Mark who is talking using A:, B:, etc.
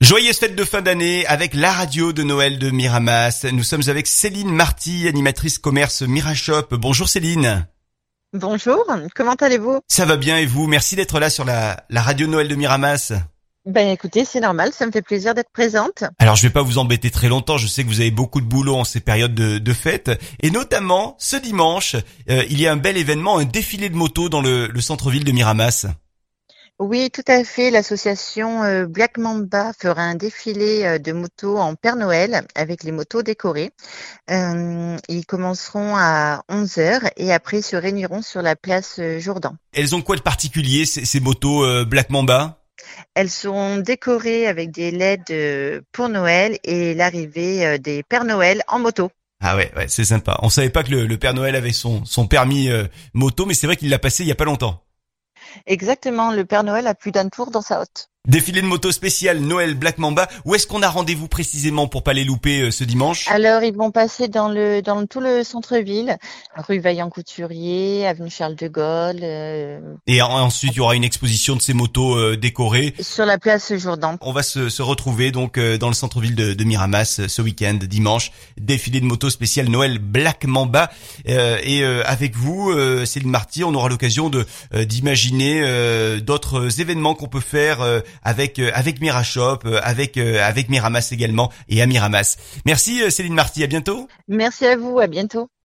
A: Joyeuse fête de fin d'année avec la radio de Noël de Miramas. Nous sommes avec Céline Marty, animatrice commerce Mirashop. Bonjour Céline.
B: Bonjour, comment allez-vous
A: Ça va bien et vous Merci d'être là sur la, la radio de Noël de Miramas.
B: Ben écoutez, c'est normal, ça me fait plaisir d'être présente.
A: Alors je vais pas vous embêter très longtemps, je sais que vous avez beaucoup de boulot en ces périodes de, de fête. Et notamment, ce dimanche, euh, il y a un bel événement, un défilé de motos dans le, le centre-ville de Miramas.
B: Oui, tout à fait. L'association euh, Black Mamba fera un défilé euh, de motos en Père Noël avec les motos décorées. Euh, ils commenceront à 11h et après se réuniront sur la place euh, Jourdan.
A: Elles ont quoi de particulier ces, ces motos euh, Black Mamba
B: Elles seront décorées avec des LED euh, pour Noël et l'arrivée euh, des Pères Noël en moto.
A: Ah ouais, ouais c'est sympa. On savait pas que le, le Père Noël avait son, son permis euh, moto, mais c'est vrai qu'il l'a passé il y a pas longtemps.
B: Exactement, le Père Noël a plus d'un tour dans sa hotte.
A: Défilé de moto spécial Noël Black Mamba. Où est-ce qu'on a rendez-vous précisément pour pas les louper euh, ce dimanche
B: Alors, ils vont passer dans le dans le- tout le centre-ville, rue Vaillant-Couturier, avenue Charles de Gaulle, euh,
A: Et en- ensuite, il y aura une exposition de ces motos euh, décorées.
B: sur la place Jourdan.
A: On va se, se retrouver donc euh, dans le centre-ville de, de Miramas euh, ce week-end, dimanche. Défilé de moto spécial Noël Black Mamba. Euh, et euh, avec vous, euh, Céline Marty, on aura l'occasion de euh, d'imaginer euh, d'autres événements qu'on peut faire euh, avec euh, avec Mirashop, euh, avec euh, avec Miramas également et à Miramas. Merci euh, Céline Marty, à bientôt.
B: Merci à vous, à bientôt.